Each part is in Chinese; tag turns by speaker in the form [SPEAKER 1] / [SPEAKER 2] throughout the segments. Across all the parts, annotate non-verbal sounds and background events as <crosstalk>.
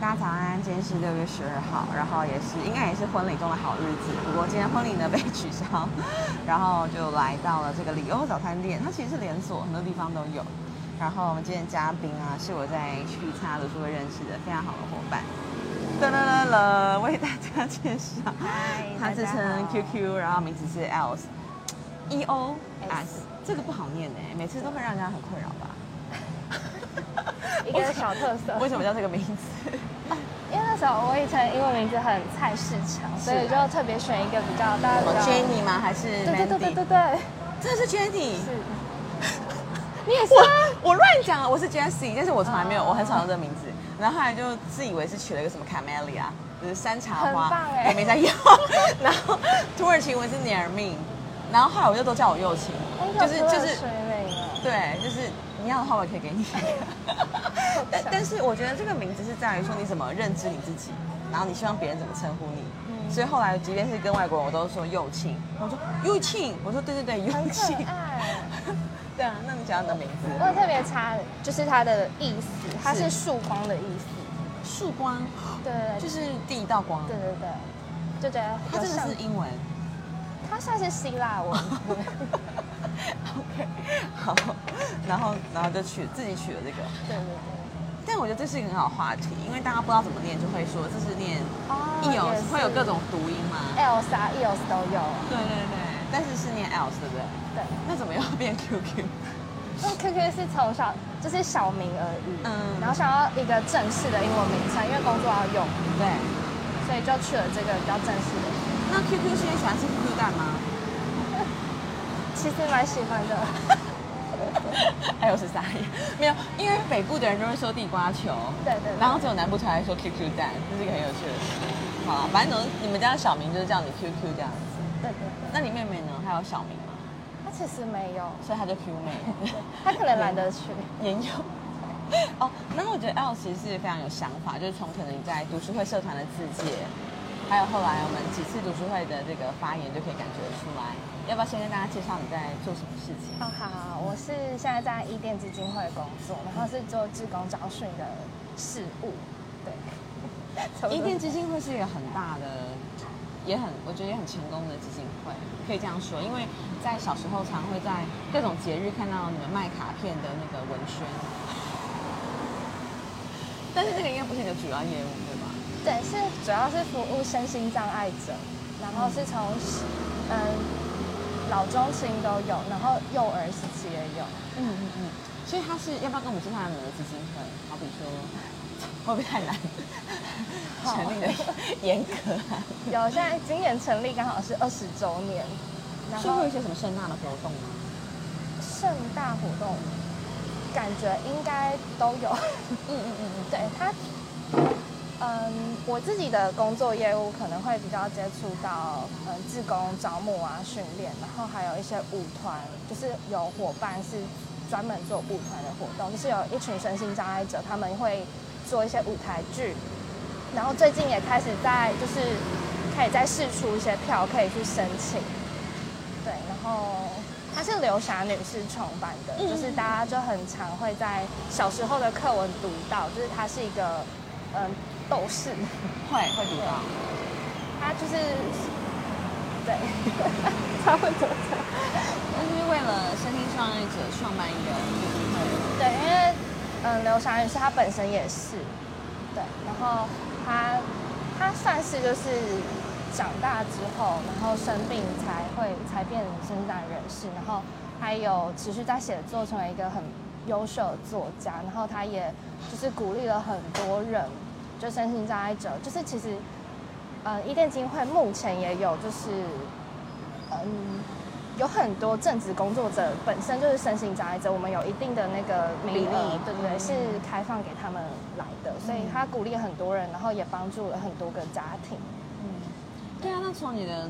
[SPEAKER 1] 大家早安，今天是六月十二号，然后也是应该也是婚礼中的好日子。不过今天婚礼呢被取消，然后就来到了这个里欧早餐店，它其实是连锁，很多地方都有。然后我们今天的嘉宾啊，是我在去差读书会认识的非常好的伙伴。噔噔噔噔，为大家介绍，
[SPEAKER 2] 嗨
[SPEAKER 1] 他
[SPEAKER 2] 大
[SPEAKER 1] 自
[SPEAKER 2] 家
[SPEAKER 1] 称
[SPEAKER 2] 好
[SPEAKER 1] QQ，然后名字是 Else。E O S
[SPEAKER 2] S
[SPEAKER 1] 这个不好念哎，每次都会让人家很困扰
[SPEAKER 2] <laughs>
[SPEAKER 1] 吧？
[SPEAKER 2] 一个小特色
[SPEAKER 1] 为什么叫这个名字？
[SPEAKER 2] 因为那时候我以前英文名字很菜市场，所以就特别选一个比较大家比较。
[SPEAKER 1] Jenny 吗？还是 Mandy？
[SPEAKER 2] 对对对对对对，
[SPEAKER 1] 真的是 Jenny。
[SPEAKER 2] 是。你也是吗？
[SPEAKER 1] 我我乱讲了，我是 Jessie，但是我从来没有，
[SPEAKER 2] 哦
[SPEAKER 1] 我很少用这个名字。然后后来就自以为是取了一个什么 Camellia，就是山茶花
[SPEAKER 2] 很棒，哎
[SPEAKER 1] 我没
[SPEAKER 2] <laughs>
[SPEAKER 1] 在用。然后土耳其文是 Nermin，然后后来我就都叫我幼琴，
[SPEAKER 2] 哎
[SPEAKER 1] 就是就是
[SPEAKER 2] 水美了。
[SPEAKER 1] 对，就是你要的话我也可以给你。 <laughs> 但但是我觉得这个名字是在于说你怎么认知你自己，然后你希望别人怎么称呼你。
[SPEAKER 2] 嗯
[SPEAKER 1] 所以后来即便是跟外国人，我都说幼庆，我说幼庆，我说对对对，幼
[SPEAKER 2] 很
[SPEAKER 1] 庆 <laughs>
[SPEAKER 2] 可。爱，
[SPEAKER 1] 对啊，那你讲你的名
[SPEAKER 2] 我有
[SPEAKER 1] 字，
[SPEAKER 2] 特别查，就是它的意思，它是曙光的意思，
[SPEAKER 1] 曙光
[SPEAKER 2] 对
[SPEAKER 1] 就
[SPEAKER 2] 对对
[SPEAKER 1] 是第一道光，
[SPEAKER 2] 对对对，就觉得
[SPEAKER 1] 它这个
[SPEAKER 2] 有
[SPEAKER 1] 是
[SPEAKER 2] 像
[SPEAKER 1] 英文。
[SPEAKER 2] 它算是希腊文，
[SPEAKER 1] <laughs> OK，好，然后然后就取自己取了这个，
[SPEAKER 2] 对对
[SPEAKER 1] <laughs>
[SPEAKER 2] 对，
[SPEAKER 1] 但我觉得这是一个很好的话题，因为大家不知道怎么念，就会说这是念
[SPEAKER 2] 哦
[SPEAKER 1] eos，会有各种读音吗？
[SPEAKER 2] Elsa、Eos 都有，
[SPEAKER 1] 对对对，但是是念 else 对不对？
[SPEAKER 2] 对，
[SPEAKER 1] 那怎么又变 QQ？
[SPEAKER 2] 因为 QQ 是从小就是小名而已，
[SPEAKER 1] 嗯
[SPEAKER 2] 然后想要一个正式的英文名称，因为工作要用，
[SPEAKER 1] 对，
[SPEAKER 2] 所以就去了这个比较正式的。
[SPEAKER 1] 那 QQ 现在喜欢吃 QQ 蛋吗？
[SPEAKER 2] 其实蛮喜欢的， <laughs>
[SPEAKER 1] 哎呦，是啥呀？没有，因为北部的人都会说地瓜球，
[SPEAKER 2] 对对对
[SPEAKER 1] 然后只有南部才会说 QQ 蛋，这是一个很有趣的事。好啊，反正总之你们家的小名就是叫你 QQ 这样子。
[SPEAKER 2] 对对对。
[SPEAKER 1] 那你妹妹呢？她有小名吗？
[SPEAKER 2] 他其实没有，
[SPEAKER 1] 所以她叫 Q 妹，
[SPEAKER 2] 他可能懒得去。
[SPEAKER 1] 年幼。 <laughs> 哦，那我觉得 L 其实是非常有想法，就是从可能你在读书会社团的自介，还有后来我们几次读书会的这个发言，就可以感觉得出来。要不要先跟大家介绍你在做什么事情？
[SPEAKER 2] 好好，我是现在在伊甸基金会工作，然后是做志工招训的事务，对。 <laughs> 差不多
[SPEAKER 1] 伊甸基金会是一个很大的，也很我觉得也很成功的基金会，可以这样说，因为在小时候常会在各种节日看到你们卖卡片的那个文宣， <laughs> 但是这个应该不是你的主要业务对吧？
[SPEAKER 2] 对，是主要是服务身心障碍者，然后是从嗯老中青都有，然后幼儿时期也有。
[SPEAKER 1] 嗯嗯嗯，所以他是要不要跟我们介绍你们的基金会？好比说，会不会太难？ <laughs>
[SPEAKER 2] 好
[SPEAKER 1] 成立的严格啊，
[SPEAKER 2] 有现在今年成立刚好是二十周年，然
[SPEAKER 1] 是会
[SPEAKER 2] 后
[SPEAKER 1] 有一些什么盛大的活动吗？
[SPEAKER 2] 盛大活动感觉应该都有。
[SPEAKER 1] 嗯嗯嗯嗯，
[SPEAKER 2] <laughs> 对他，嗯，我自己的工作业务可能会比较接触到，嗯，志工招募啊、训练，然后还有一些舞团，就是有伙伴是专门做舞团的活动，就是有一群身心障碍者，他们会做一些舞台剧，然后最近也开始在就是可以再试出一些票可以去申请，对，然后她是刘霞女士创办的，
[SPEAKER 1] 嗯
[SPEAKER 2] 就是大家就很常会在小时候的课文读到，就是她是一个嗯斗士，
[SPEAKER 1] 会会读到。
[SPEAKER 2] 她就是对， <laughs> 她会怎么讲？
[SPEAKER 1] 那就是为了身心障碍者创办一个基金会。
[SPEAKER 2] 对，因为嗯，刘翔也是他本身也是，对，然后他他算是就是长大之后，然后生病才会才变成身障人士，然后还有持续在写作，成为一个很优秀的作家，然后他也就是鼓励了很多人，就身心障碍者，就是其实呃，伊甸基金会目前也有就是嗯。有很多正职工作者本身就是身心障碍者，我们有一定的那个
[SPEAKER 1] 比
[SPEAKER 2] 名
[SPEAKER 1] 例
[SPEAKER 2] 额，对不对？
[SPEAKER 1] 嗯
[SPEAKER 2] 是开放给他们来的，所以他鼓励很多人，然后也帮助了很多个家庭。
[SPEAKER 1] 嗯，对啊，那从你的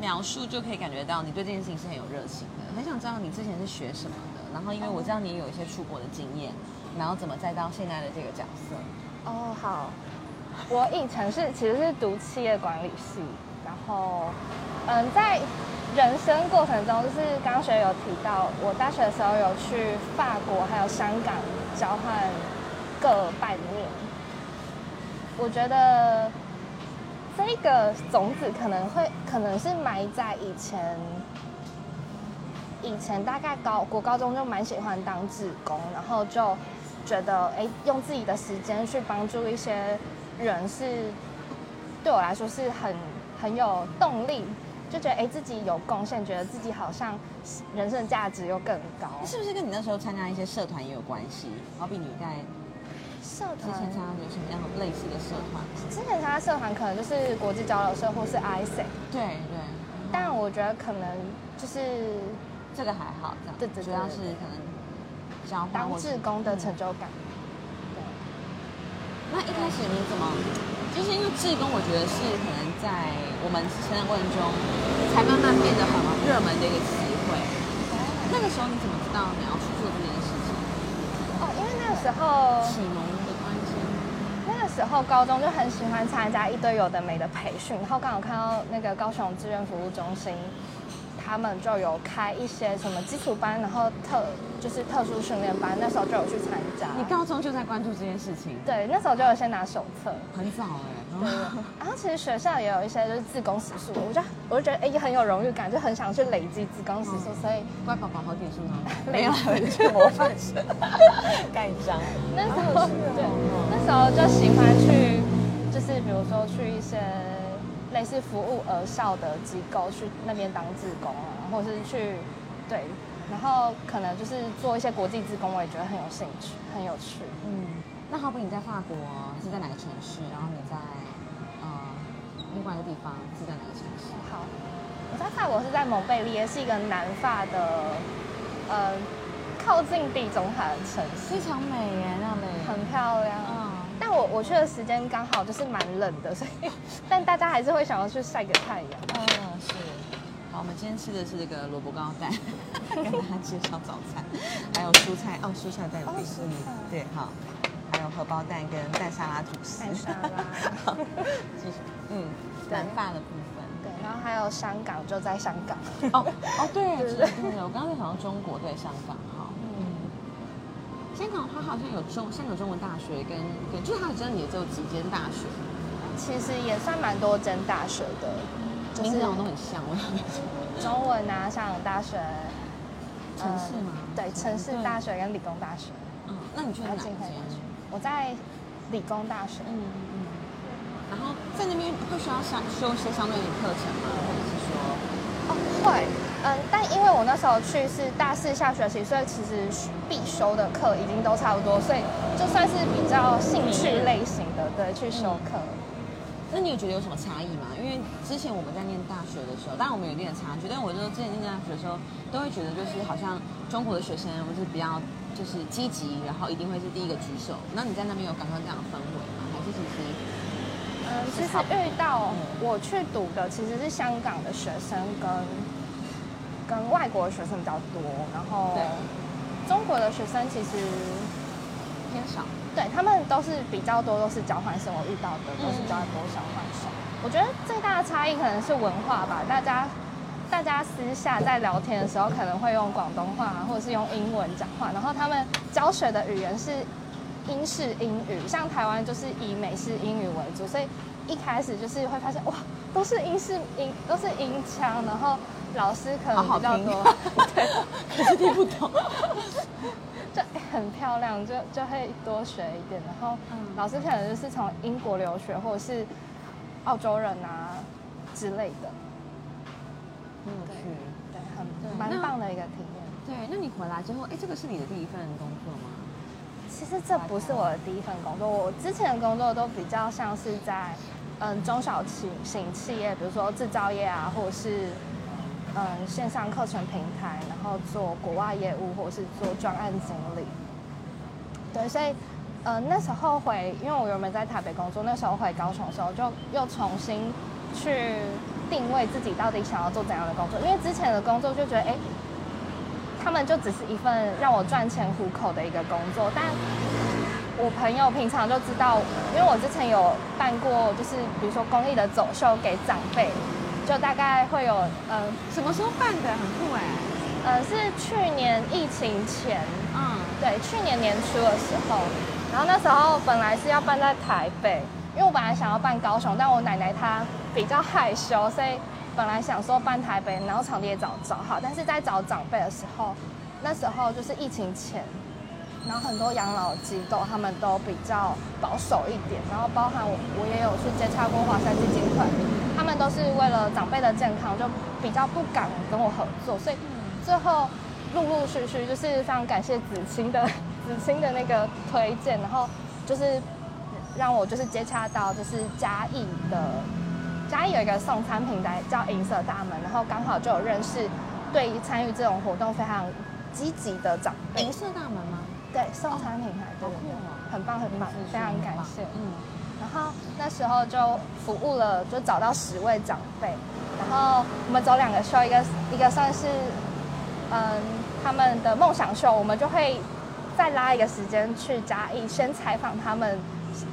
[SPEAKER 1] 描述就可以感觉到你对这件事情是很有热情的，很想知道你之前是学什么的。然后，因为我知道你也有一些出国的经验，然后怎么再到现在的这个角色。
[SPEAKER 2] 哦，好，我以前是其实是读企业管理系，然后嗯，在人生过程中，就是刚学有提到，我大学的时候有去法国还有香港交换各半年，我觉得这个种子可能会可能是埋在以前，以前大概高国高中就蛮喜欢当志工，然后就觉得哎，用自己的时间去帮助一些人是对我来说是很很有动力。就觉得哎、自己有贡献，觉得自己好像人生价值又更高。
[SPEAKER 1] 是不是跟你那时候参加一些社团也有关系？好比你在
[SPEAKER 2] 社
[SPEAKER 1] 之前参加有什么样的类似的社团？
[SPEAKER 2] 之前参加社团可能就是国际交流社或是 ISEC，
[SPEAKER 1] 对对，
[SPEAKER 2] 但我觉得可能就是
[SPEAKER 1] 这个还好，这样
[SPEAKER 2] 对对对
[SPEAKER 1] 主要是可能交换
[SPEAKER 2] 当
[SPEAKER 1] 或是嗯
[SPEAKER 2] 志工的成就感。
[SPEAKER 1] 那一开始你怎么，就是因为志工，我觉得是可能在我们成长过程中才慢慢变得很热门的一个词汇。那个时候你怎么知道你要去做这件事情？
[SPEAKER 2] 哦，因为那个时候
[SPEAKER 1] 启蒙的关系？
[SPEAKER 2] 那个时候高中就很喜欢参加一堆有的没的培训，然后刚好看到那个高雄志愿服务中心，他们就有开一些什么基础班，然后特就是特殊训练班，那时候就有去参加。
[SPEAKER 1] 你高中就在关注这件事情，
[SPEAKER 2] 对，那时候就有先拿手册。
[SPEAKER 1] 很早哎、
[SPEAKER 2] 对然后其实学校也有一些就是自工时数，我就我就觉得哎、也很有荣誉感，就很想去累积自工时数，所以
[SPEAKER 1] 乖宝宝好点数呢？
[SPEAKER 2] <laughs>
[SPEAKER 1] <laughs>
[SPEAKER 2] 没有
[SPEAKER 1] 回去模范 <laughs> 生，盖章。
[SPEAKER 2] 那时候、对那时候就喜欢去，就是比如说去一些类似服务儿少的机构去那边当志工啊，或是去对，然后可能就是做一些国际志工，我也觉得很有兴趣，很有趣。
[SPEAKER 1] 嗯，那好比你在法国是在哪个城市？然后你在呃另外一个地方是在哪个城市？
[SPEAKER 2] 好，我在法国是在蒙贝利耶，是一个南法的，呃，靠近地中海的城市，
[SPEAKER 1] 非常美耶，那里
[SPEAKER 2] 很漂亮。
[SPEAKER 1] 嗯。
[SPEAKER 2] 但我我去的时间刚好就是蛮冷的，所以 <laughs> 但大家还是会想要去晒个太阳。
[SPEAKER 1] 嗯，是。好，我们今天吃的是这个萝卜糕蛋， <laughs> 跟大家介绍早餐，还有蔬菜哦，蔬菜蛋饼，
[SPEAKER 2] 哦蔬菜
[SPEAKER 1] 嗯对，好，还有荷包蛋跟蛋沙拉吐司，
[SPEAKER 2] 蛋沙拉
[SPEAKER 1] 好，继续，嗯，
[SPEAKER 2] 对
[SPEAKER 1] 南法的部分。
[SPEAKER 2] 对，然后还有香港，就在香港。
[SPEAKER 1] 哦哦，对，
[SPEAKER 2] 对
[SPEAKER 1] 对对
[SPEAKER 2] 对
[SPEAKER 1] 对，我刚刚在想到中国对香港哈，
[SPEAKER 2] 嗯，
[SPEAKER 1] 香港它好像有中香港中文大学跟跟，就是它真的也只有几间大学，
[SPEAKER 2] 其实也算蛮多间大学的，就
[SPEAKER 1] 名
[SPEAKER 2] 是
[SPEAKER 1] 字好像都很像，我也没记得
[SPEAKER 2] 中文啊，香港大学，呃
[SPEAKER 1] 城市吗
[SPEAKER 2] 对，城市大
[SPEAKER 1] 学。
[SPEAKER 2] 学跟理工大学。
[SPEAKER 1] 嗯，那你去的哪一
[SPEAKER 2] 还有
[SPEAKER 1] 间？
[SPEAKER 2] 我在理工大学，
[SPEAKER 1] 嗯嗯，然后在那边会需要上修一些相对应的课程吗？或者是说，
[SPEAKER 2] 哦，会，嗯，但因为我那时候去是大四下学期，所以其实必修的课已经都差不多，所以就算是比较兴趣类型的，对，去修课。
[SPEAKER 1] 那你有觉得有什么差异吗？因为之前我们在念大学的时候，当然我们有一定的差距，但我就之前念大学的时候，都会觉得就是好像中国的学生就是比较就是积极，然后一定会是第一个举手。那你在那边有感受到这样的氛围吗？还是其实
[SPEAKER 2] 嗯，其实遇到我去读的其实是香港的学生跟跟外国的学生比较多，然后
[SPEAKER 1] 对
[SPEAKER 2] 中国的学生其实
[SPEAKER 1] 偏少？
[SPEAKER 2] 对他们都是比较多都是交换生，我遇到的
[SPEAKER 1] 嗯
[SPEAKER 2] 都是比较多交换生。我觉得最大的差异可能是文化吧，大家大家私下在聊天的时候可能会用广东话啊或者是用英文讲话，然后他们教学的语言是英式英语，像台湾就是以美式英语为主，所以一开始就是会发现哇，都是英式英都是英腔，然后老师可能比较多，
[SPEAKER 1] 啊好好听 <laughs> 可是听不 <laughs> 懂。
[SPEAKER 2] 就欸很漂亮，就就会多学一点。然后
[SPEAKER 1] 嗯
[SPEAKER 2] 老师可能就是从英国留学或者是澳洲人啊之类的，
[SPEAKER 1] 很有趣。
[SPEAKER 2] 对，很
[SPEAKER 1] 对
[SPEAKER 2] 蛮
[SPEAKER 1] 那
[SPEAKER 2] 棒的一个体验。
[SPEAKER 1] 对，那你回来之后，哎，这个是你的第一份工作吗？
[SPEAKER 2] 其实这不是我的第一份工作，我之前的工作都比较像是在嗯中小企型企业，比如说制造业啊，或者是嗯线上课程平台，然后做国外业务或者是做专案经理。对，所以呃那时候回，因为我原本在台北工作，那时候回高雄的时候就又重新去定位自己到底想要做怎样的工作，因为之前的工作就觉得哎。诶他们就只是一份让我赚钱糊口的一个工作，但我朋友平常就知道，因为我之前有办过，就是比如说公益的走秀给长辈，就大概会有，呃
[SPEAKER 1] 什么时候办的？很酷哎。
[SPEAKER 2] 呃，是去年疫情前，
[SPEAKER 1] 嗯。
[SPEAKER 2] 对，去年年初的时候，然后那时候本来是要办在台北，因因为我本来想要办高雄，但我奶奶她比较害羞，所以本来想说办台北，然后场地也找找好，但是在找长辈的时候，那时候就是疫情前，然后很多养老机构他们都比较保守一点，然后包含我我也有去接洽过华山基金会，他们都是为了长辈的健康，就比较不敢跟我合作，所以最后陆陆续续就是非常感谢子清的 <laughs> 子清的那个推荐，然后就是让我就是接洽到就是嘉义的嘉义有一个送餐平台叫银色大门，然后刚好就有认识对于参与这种活动非常积极的长辈
[SPEAKER 1] 银，色大门吗？
[SPEAKER 2] 对送餐平台，对
[SPEAKER 1] 好
[SPEAKER 2] 对
[SPEAKER 1] 酷
[SPEAKER 2] 对，
[SPEAKER 1] 哦！
[SPEAKER 2] 很棒很棒，非常感谢。
[SPEAKER 1] 嗯，
[SPEAKER 2] 然后那时候就服务了，就找到十位长辈，然后我们走两个秀，一个一个算是嗯他们的梦想秀，我们就会再拉一个时间去嘉义，先采访他们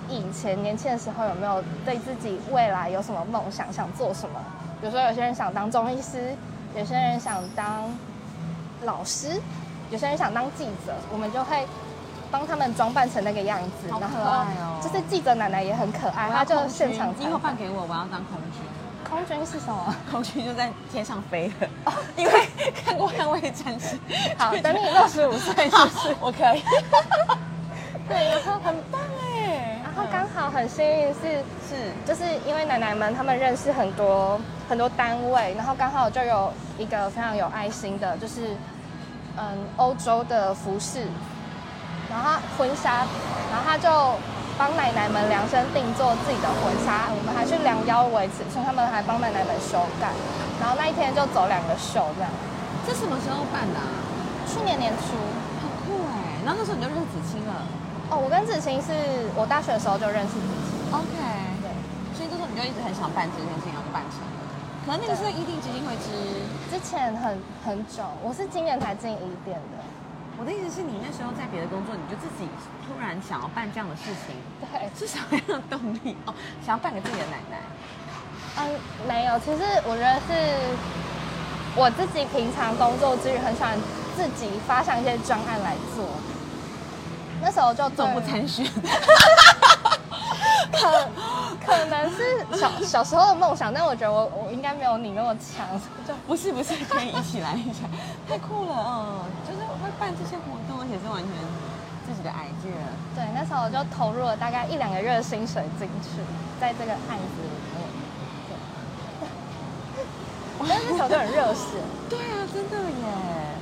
[SPEAKER 2] 以前年轻的时候有没有对自己未来有什么梦想，想做什么。比如说有些人想当中医师，有些人想当老师，有些人想当记者，我们就会。帮他们装扮成那个样子，
[SPEAKER 1] 好可
[SPEAKER 2] 然后
[SPEAKER 1] 爱哦
[SPEAKER 2] 就是记者奶奶也很可爱，
[SPEAKER 1] 我
[SPEAKER 2] 她
[SPEAKER 1] 要
[SPEAKER 2] 就
[SPEAKER 1] 空
[SPEAKER 2] 现
[SPEAKER 1] 军
[SPEAKER 2] 场
[SPEAKER 1] 你以后哦办给我，我要当空军。
[SPEAKER 2] 空军是什么？
[SPEAKER 1] 空军就在天上飞了， <laughs> 因为看过《捍卫战士》 <laughs>
[SPEAKER 2] 好
[SPEAKER 1] 就觉得。
[SPEAKER 2] 等你六十五岁是不是
[SPEAKER 1] 我可以。
[SPEAKER 2] 对，然后很，
[SPEAKER 1] 棒哎
[SPEAKER 2] 然后刚好很幸运是，
[SPEAKER 1] 是
[SPEAKER 2] 就是因为奶奶们她们认识很多很多单位，然后刚好就有一个非常有爱心的，就是嗯欧洲的服饰，然后她婚纱，然后她就帮奶奶们量身定做自己的婚纱，我们还去量腰围尺寸，他们还帮奶奶们修改，然后那一天就走两个秀这样，
[SPEAKER 1] 这什么时候办的、啊？
[SPEAKER 2] 去年年初。
[SPEAKER 1] 很酷哎、然后那时候你就认识子清了。
[SPEAKER 2] 哦，我跟子晴是我大学的时候就认识子晴，
[SPEAKER 1] OK，
[SPEAKER 2] 对，
[SPEAKER 1] 所以这时候你就一直很想办这件事情，然后就办成了。可能那个是一定基金会之，
[SPEAKER 2] 之前很很久，我是今年才进一店的，
[SPEAKER 1] 我的意思是你那时候在别的工作，你就自己突然想要办这样的事情，
[SPEAKER 2] 对，
[SPEAKER 1] 是什么样的动力？哦，想要办给自己的奶奶。
[SPEAKER 2] 嗯，没有，其实我觉得是我自己平常工作之余，很喜欢自己发想一些专案来做，那时候就
[SPEAKER 1] 总不
[SPEAKER 2] 对于
[SPEAKER 1] 参选，
[SPEAKER 2] 可可能是小小时候的梦想，但我觉得我我应该没有你那么强，就
[SPEAKER 1] <laughs> 不是不是，可以一起来一下，太酷了，嗯，就是会办这些活动，而且是完全自己的 idea。
[SPEAKER 2] 对，那时候我就投入了大概一两个月的薪水进去，在这个案子里面。对 <laughs> 但是那时候就很热血，
[SPEAKER 1] 对啊，真的耶，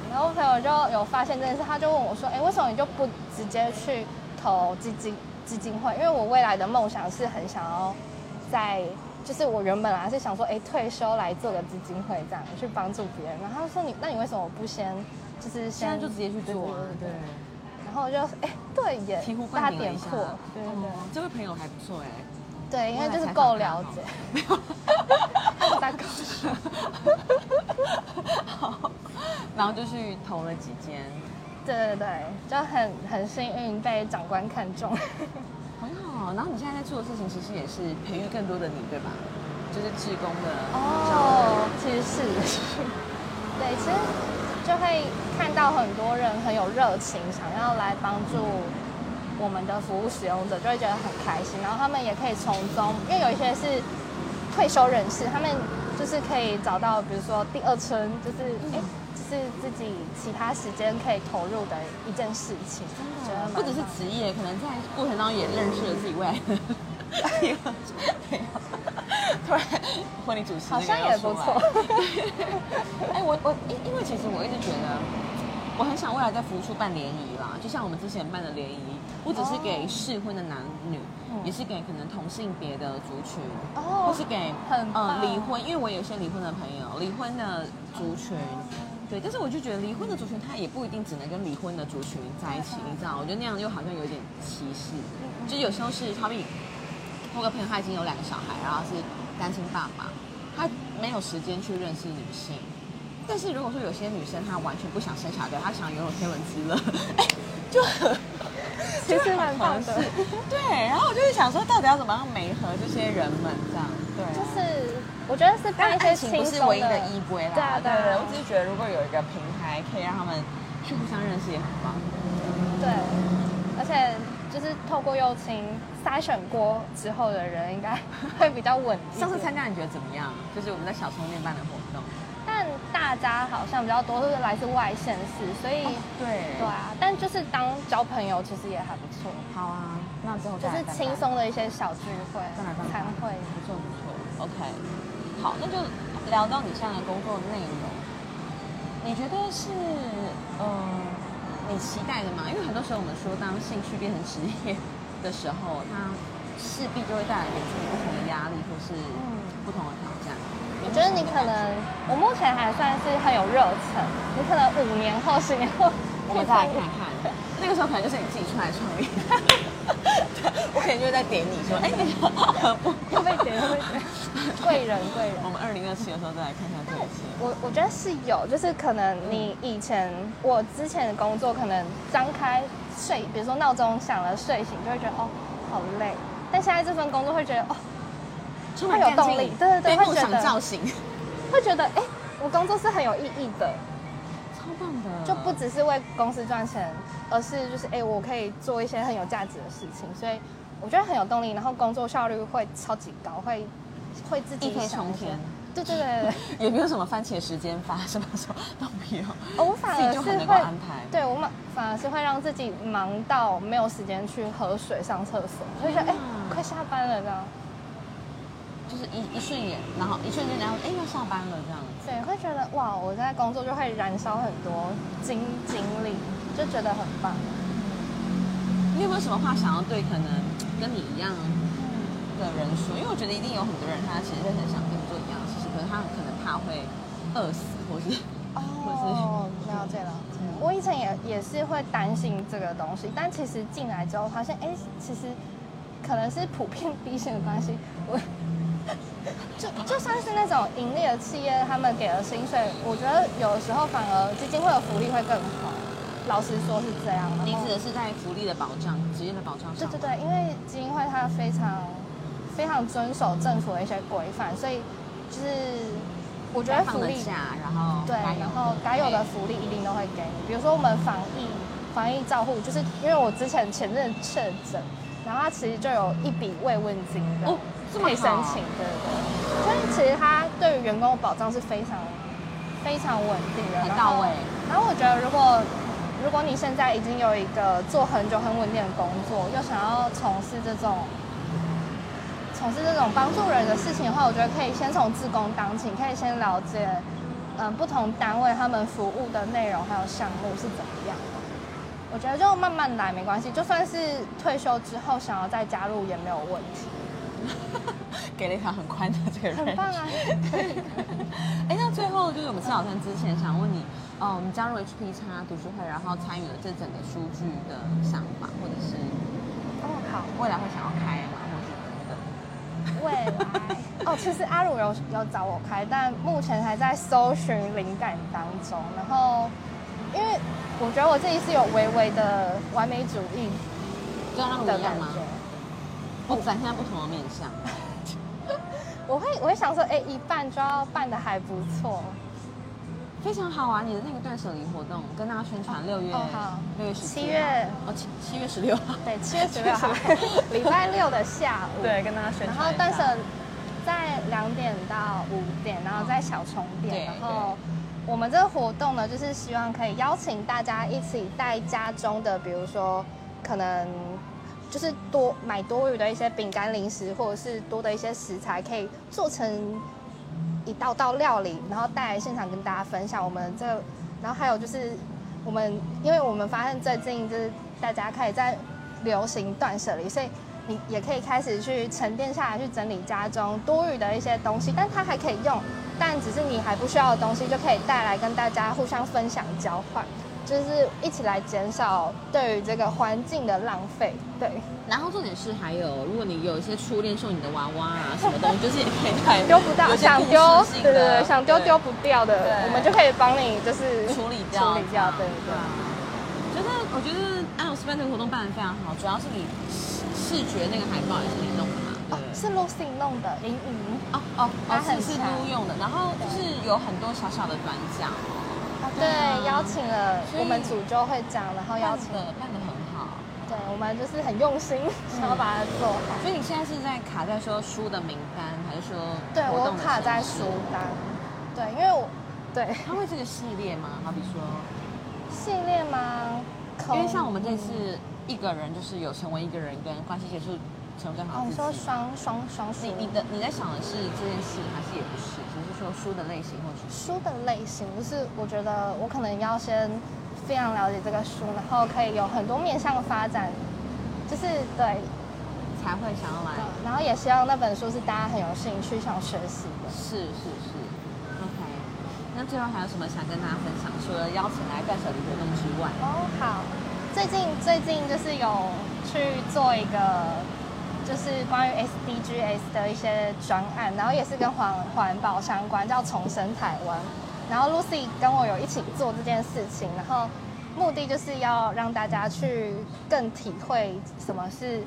[SPEAKER 2] 然后我朋友就有发现这件事，他就问我说：“哎，为什么你就不直接去投基金基金会？因为我未来的梦想是很想要在，就是我原本啊是想说，哎，退休来做个基金会这样去帮助别人。然后他说你，那你为什么不先就是
[SPEAKER 1] 现
[SPEAKER 2] 先
[SPEAKER 1] 在就直接去做啊，对，
[SPEAKER 2] 对然后我就哎，对耶， <laughs>
[SPEAKER 1] 醍醐
[SPEAKER 2] 大
[SPEAKER 1] 灌顶了
[SPEAKER 2] 点
[SPEAKER 1] 一下
[SPEAKER 2] 破，对对对。
[SPEAKER 1] 哦这位朋友还不错哎，
[SPEAKER 2] 对，因为 <laughs> 就是够了解。
[SPEAKER 1] 没有，
[SPEAKER 2] 我在搞什么
[SPEAKER 1] 好， <laughs> 然后就去投了几间，
[SPEAKER 2] 对对对，就很很幸运被长官看中。
[SPEAKER 1] 很好。然后你现在在做的事情，其实也是培育更多的你，对吧？就是志工的
[SPEAKER 2] 哦，其实是，对，其实就会看到很多人很有热情，想要来帮助我们的服务使用者，就会觉得很开心。然后他们也可以从中，因为有一些是退休人士，他们就是可以找到，比如说第二春，就是
[SPEAKER 1] 嗯
[SPEAKER 2] 哎。就是自己其他时间可以投入的一件事情，觉哦得蛮
[SPEAKER 1] 或者是
[SPEAKER 2] 棒的
[SPEAKER 1] 职业，可能在过程当中也认识了自己未来的第二种。没有突然 <laughs> 婚礼主持那个
[SPEAKER 2] 好像也不错
[SPEAKER 1] 要出 <laughs> 来。哎，我我因因为其实我一直觉得，我很想未来在服务处办联谊啦，就像我们之前办的联谊，不只是给适婚的男女，
[SPEAKER 2] 哦嗯
[SPEAKER 1] 也是给可能同性别的族群，
[SPEAKER 2] 哦，
[SPEAKER 1] 或是给
[SPEAKER 2] 很
[SPEAKER 1] 呃
[SPEAKER 2] 棒
[SPEAKER 1] 离婚，因为我有一些离婚的朋友，离婚的族群，对，但是我就觉得离婚的族群，他也不一定只能跟离婚的族群在一起，你知道，我觉得那样又好像有点歧视，就是有时候是好比我有个朋友他已经有两个小孩，然后是单亲爸爸，他没有时间去认识女性。但是如果说有些女生她完全不想生小孩，她想拥有天伦之乐，哎，就很 <laughs>
[SPEAKER 2] 其实蛮棒的
[SPEAKER 1] 就很合适 <laughs> 对，然后我就是想说，到底要怎么样媒合这些人们这样？对啊、
[SPEAKER 2] 就是我觉得是
[SPEAKER 1] 但
[SPEAKER 2] 办一些
[SPEAKER 1] 爱情
[SPEAKER 2] 轻
[SPEAKER 1] 不是
[SPEAKER 2] 松
[SPEAKER 1] 唯一的依归啦。
[SPEAKER 2] 对啊对啊
[SPEAKER 1] 我只是觉得如果有一个平台可以让他们去互相认识也很棒。
[SPEAKER 2] 对，而且就是透过幼青筛选过之后的人，应该会比较稳一点。
[SPEAKER 1] 上次参加你觉得怎么样？就是我们在小充电办的活动。
[SPEAKER 2] 但大家好像比较多都是来自外县市，所以、
[SPEAKER 1] 哦对
[SPEAKER 2] 对啊，但就是当交朋友其实也还不错，
[SPEAKER 1] 好啊，那之后
[SPEAKER 2] 就
[SPEAKER 1] 再来
[SPEAKER 2] 是
[SPEAKER 1] 办吧
[SPEAKER 2] 轻松的一些小聚会
[SPEAKER 1] 再来办、
[SPEAKER 2] 餐
[SPEAKER 1] 吧
[SPEAKER 2] 会。
[SPEAKER 1] 不错不错，OK。好，那就聊到你现在的工作内容，你觉得是呃你期待的吗？因为很多时候我们说，当兴趣变成职业的时候，它势必就会带来给自己不同的压力，或是不同的挑战。
[SPEAKER 2] 嗯我觉得你可能，我目前还算是很有热忱，你可能五年后、十年后，
[SPEAKER 1] 我们再来看看，那个时候可能就是你自己出来创业， <laughs> 我可能就会在点你说，哎、你好，我
[SPEAKER 2] <laughs> <laughs> 会不会点会不会点贵人贵人
[SPEAKER 1] 我。们二零二七的时候再来看看这一切。
[SPEAKER 2] 我我觉得是有，就是可能你以前、我之前的工作，可能张开睡，比如说闹钟响了睡醒，就会觉得哦好累。但现在这份工作会觉得哦，
[SPEAKER 1] 充
[SPEAKER 2] 满干劲
[SPEAKER 1] 对
[SPEAKER 2] 对
[SPEAKER 1] 对，
[SPEAKER 2] 会
[SPEAKER 1] 梦
[SPEAKER 2] 觉
[SPEAKER 1] 想
[SPEAKER 2] 得
[SPEAKER 1] 造型，
[SPEAKER 2] 会觉得哎，我工作是很有意义的，
[SPEAKER 1] 超棒的，
[SPEAKER 2] 就不只是为公司赚钱，而是就是哎，我可以做一些很有价值的事情，所以我觉得很有动力，然后工作效率会超级高，会会自己
[SPEAKER 1] 一飞
[SPEAKER 2] 想
[SPEAKER 1] 冲
[SPEAKER 2] 一些
[SPEAKER 1] 天，
[SPEAKER 2] 对对对对对。
[SPEAKER 1] 也没有什么番茄时间法，什么什么都没有，
[SPEAKER 2] 哦我反而
[SPEAKER 1] 自己就是很能够
[SPEAKER 2] 会
[SPEAKER 1] 安排
[SPEAKER 2] 对我忙反而是会让自己忙到没有时间去喝水、上厕所，就觉得哎、
[SPEAKER 1] 天哪
[SPEAKER 2] 快下班了这样，
[SPEAKER 1] 就是一一瞬眼，然后一瞬间，然后哎要下班了这样。
[SPEAKER 2] 对，会觉得哇，我在工作就会燃烧很多精精力，就觉得很棒。
[SPEAKER 1] 你有没有什么话想要对可能跟你一样的人说？因为我觉得一定有很多人，他其实会很想跟你做一样的事情，可是他可能怕会饿死，或是 <laughs>
[SPEAKER 2] 哦，了解了解。我以前也也是会担心这个东西，但其实进来之后发现，哎、其实可能是普遍低薪的关系， <laughs> 我就就算是那种盈利的企业，他们给的薪水，我觉得有的时候反而基金会的福利会更好。老实说是这样，然
[SPEAKER 1] 你
[SPEAKER 2] 后
[SPEAKER 1] 指的是在福利的保障、职业的保障
[SPEAKER 2] 对
[SPEAKER 1] 上。
[SPEAKER 2] 对对，因为基金会它非常非常遵守政府的一些规范，所以就是我觉得
[SPEAKER 1] 放
[SPEAKER 2] 福
[SPEAKER 1] 得
[SPEAKER 2] 利
[SPEAKER 1] 下，然后
[SPEAKER 2] 对，
[SPEAKER 1] 该有
[SPEAKER 2] 然后该有的福利一定都会给你。比如说我们防疫防疫照护，就是因为我之前前阵确诊，然后他其实就有一笔慰问金的，
[SPEAKER 1] 哦这么
[SPEAKER 2] 可以申
[SPEAKER 1] 好
[SPEAKER 2] 请，对对对。所以其实他对于员工的保障是非常非常稳定的，
[SPEAKER 1] 很
[SPEAKER 2] 然
[SPEAKER 1] 到
[SPEAKER 2] 后
[SPEAKER 1] 位。
[SPEAKER 2] 然后我觉得如果如果你现在已经有一个做很久很稳定的工作，又想要从事这种从事这种帮助人的事情的话，我觉得可以先从自工当起，可以先了解，嗯，不同单位他们服务的内容还有项目是怎么样的。我觉得就慢慢来没关系，就算是退休之后想要再加入也没有问题。
[SPEAKER 1] <laughs> 给了一条很宽的这个 range
[SPEAKER 2] 很棒啊！
[SPEAKER 1] <laughs> 哎，那最后就是我们吃早餐之前，想问你，嗯，我们加入 HP 叉读书会，然后参与了这整个数据的想法，或者是
[SPEAKER 2] 哦，好，
[SPEAKER 1] 未来会想要开吗，或者是等等。
[SPEAKER 2] 未来哦，其实阿鲁有有找我开，但目前还在搜寻灵感当中。然后，因为我觉得我自己是有微微的完美主义
[SPEAKER 1] 就要让
[SPEAKER 2] 的
[SPEAKER 1] 哦我一
[SPEAKER 2] 感
[SPEAKER 1] 样吗？
[SPEAKER 2] 觉。
[SPEAKER 1] 我展现不同的面相。
[SPEAKER 2] 我会我会想说，哎、一半就要办的还不错，
[SPEAKER 1] 非常好啊！你的那个断舍离活动，跟大家宣传六月
[SPEAKER 2] 哦好
[SPEAKER 1] 六月十
[SPEAKER 2] 七月
[SPEAKER 1] 哦七七月十六号， <laughs>
[SPEAKER 2] 对，七月十六号礼拜六的下午，，，
[SPEAKER 1] 跟大家宣
[SPEAKER 2] 然后但
[SPEAKER 1] 但
[SPEAKER 2] 是
[SPEAKER 1] 是
[SPEAKER 2] 在两点到五点，然后在小充
[SPEAKER 1] 对
[SPEAKER 2] 电，然后。我们这个活动呢，就是希望可以邀请大家一起带家中的，比如说可能就是多买多余的一些饼干、零食，或者是多的一些食材，可以做成一道道料理，然后带来现场跟大家分享我们这个然后还有就是我们，因为我们发现最近就是大家开始在流行断舍离，所以你也可以开始去沉淀下来，去整理家中多余的一些东西，但它还可以用，但只是你还不需要的东西就可以带来跟大家互相分享交换，就是一起来减少对于这个环境的浪费。对，
[SPEAKER 1] 然后重点是还有，如果你有一些初恋送你的娃娃啊什么东西，就是也可以带，
[SPEAKER 2] <laughs> 丢不到，
[SPEAKER 1] 有些
[SPEAKER 2] 想
[SPEAKER 1] 故事
[SPEAKER 2] 丢，
[SPEAKER 1] 性
[SPEAKER 2] 对对
[SPEAKER 1] 的
[SPEAKER 2] 对，想丢丢不掉的
[SPEAKER 1] 对，
[SPEAKER 2] 我们就可以帮你就是
[SPEAKER 1] 处理掉它，
[SPEAKER 2] 处理掉，对对对。
[SPEAKER 1] 啊觉得我觉得安永斯班这个活动办得非常好，主要是你视视觉那个海报也是你弄的嘛，对
[SPEAKER 2] 哦
[SPEAKER 1] 不，对？
[SPEAKER 2] 是 Lucy 弄的银影。
[SPEAKER 1] 哦哦
[SPEAKER 2] 它
[SPEAKER 1] 哦，
[SPEAKER 2] 很
[SPEAKER 1] 是是
[SPEAKER 2] 强
[SPEAKER 1] 都用的，然后就是有很多小小的短讲哦，
[SPEAKER 2] 啊
[SPEAKER 1] 对啊
[SPEAKER 2] 对，邀请了
[SPEAKER 1] 所以
[SPEAKER 2] 哦我们组就会长，然后邀请
[SPEAKER 1] 办，的办的很好，
[SPEAKER 2] 对，对，我们就是很用心，
[SPEAKER 1] 嗯
[SPEAKER 2] 想要把它做好。
[SPEAKER 1] 所以你现在是在卡在说书的名单，还是说
[SPEAKER 2] 对
[SPEAKER 1] 活动
[SPEAKER 2] 我
[SPEAKER 1] 的
[SPEAKER 2] 卡在
[SPEAKER 1] 形
[SPEAKER 2] 书
[SPEAKER 1] 式
[SPEAKER 2] 单，对，因为我对
[SPEAKER 1] 它会是个系列吗？好比说，
[SPEAKER 2] 系列吗？可
[SPEAKER 1] 因为像我们这
[SPEAKER 2] 嗯
[SPEAKER 1] 次一个人就是有成为一个人跟关系结束成为更好
[SPEAKER 2] 哦，
[SPEAKER 1] 的
[SPEAKER 2] 你
[SPEAKER 1] 自己。
[SPEAKER 2] 说双双双书
[SPEAKER 1] 你你的你在想的是这件事，还是也不是？只是说书的类型，或者是
[SPEAKER 2] 书的类型，就是我觉得我可能要先非常了解这个书，然后可以有很多面向的发展，就是对，
[SPEAKER 1] 才会想要来
[SPEAKER 2] 嗯然后也希望那本书是大家很有兴趣想学习的。
[SPEAKER 1] 是是是，OK。那最后还有什么想跟大家分享？除了邀请来断舍离活动之外，
[SPEAKER 2] 哦，好，最近最近就是有去做一个。就是关于 SDGs 的一些专案，然后也是跟环环保相关，叫重生台湾。然后 Lucy 跟我有一起做这件事情，然后目的就是要让大家去更体会什么是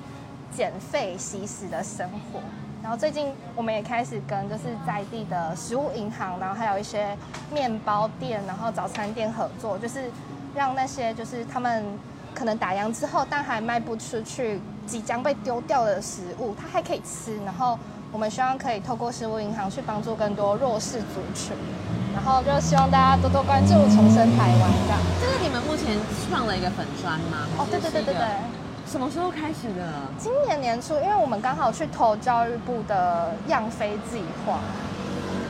[SPEAKER 2] 减废惜食的生活。然后最近我们也开始跟就是在地的食物银行，然后还有一些面包店，然后早餐店合作，就是让那些就是他们可能打烊之后但还卖不出去、即将被丢掉的食物，它还可以吃。然后我们希望可以透过食物银行去帮助更多弱势族群。然后就希望大家多多关注重生台湾这样。
[SPEAKER 1] 这是你们目前创了一个粉砖吗？
[SPEAKER 2] 哦，对对对对对，，
[SPEAKER 1] 什么时候开始的？
[SPEAKER 2] 今年年初，因为我们刚好去投教育部的样飞计划，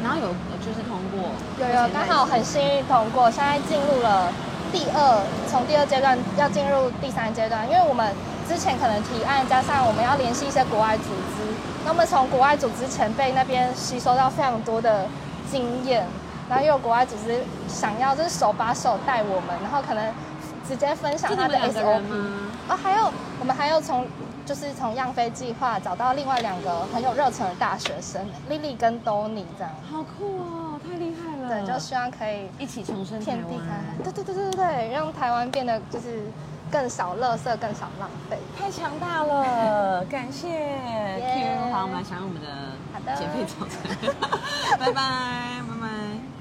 [SPEAKER 1] 然后有就是通过，
[SPEAKER 2] 有有刚好很幸运通过，现在进入了第二，从第二阶段要进入第三阶段，因为我们之前可能提案加上我们要联系一些国外组织，那么从国外组织前辈那边吸收到非常多的经验，然后也有国外组织想要就是手把手带我们，然后可能直接分享
[SPEAKER 1] 就你
[SPEAKER 2] 他
[SPEAKER 1] 们
[SPEAKER 2] 的
[SPEAKER 1] 两个人
[SPEAKER 2] SOP。
[SPEAKER 1] 吗？
[SPEAKER 2] 啊，还有我们还有从就是从样飞计划找到另外两个很有热忱的大学生莉莉跟 Donny 这样，
[SPEAKER 1] 好酷哦，太厉害了！
[SPEAKER 2] 对，就希望可以
[SPEAKER 1] 一起重生台
[SPEAKER 2] 遍地开
[SPEAKER 1] 湾
[SPEAKER 2] 花，。对对对对对对，让台湾变得就是更少垃圾，更少浪费。
[SPEAKER 1] 太强大了，感谢 Q 黄，我们来享用我们
[SPEAKER 2] 好
[SPEAKER 1] 的 <laughs>
[SPEAKER 2] 的
[SPEAKER 1] 减肥早餐，拜拜，拜拜。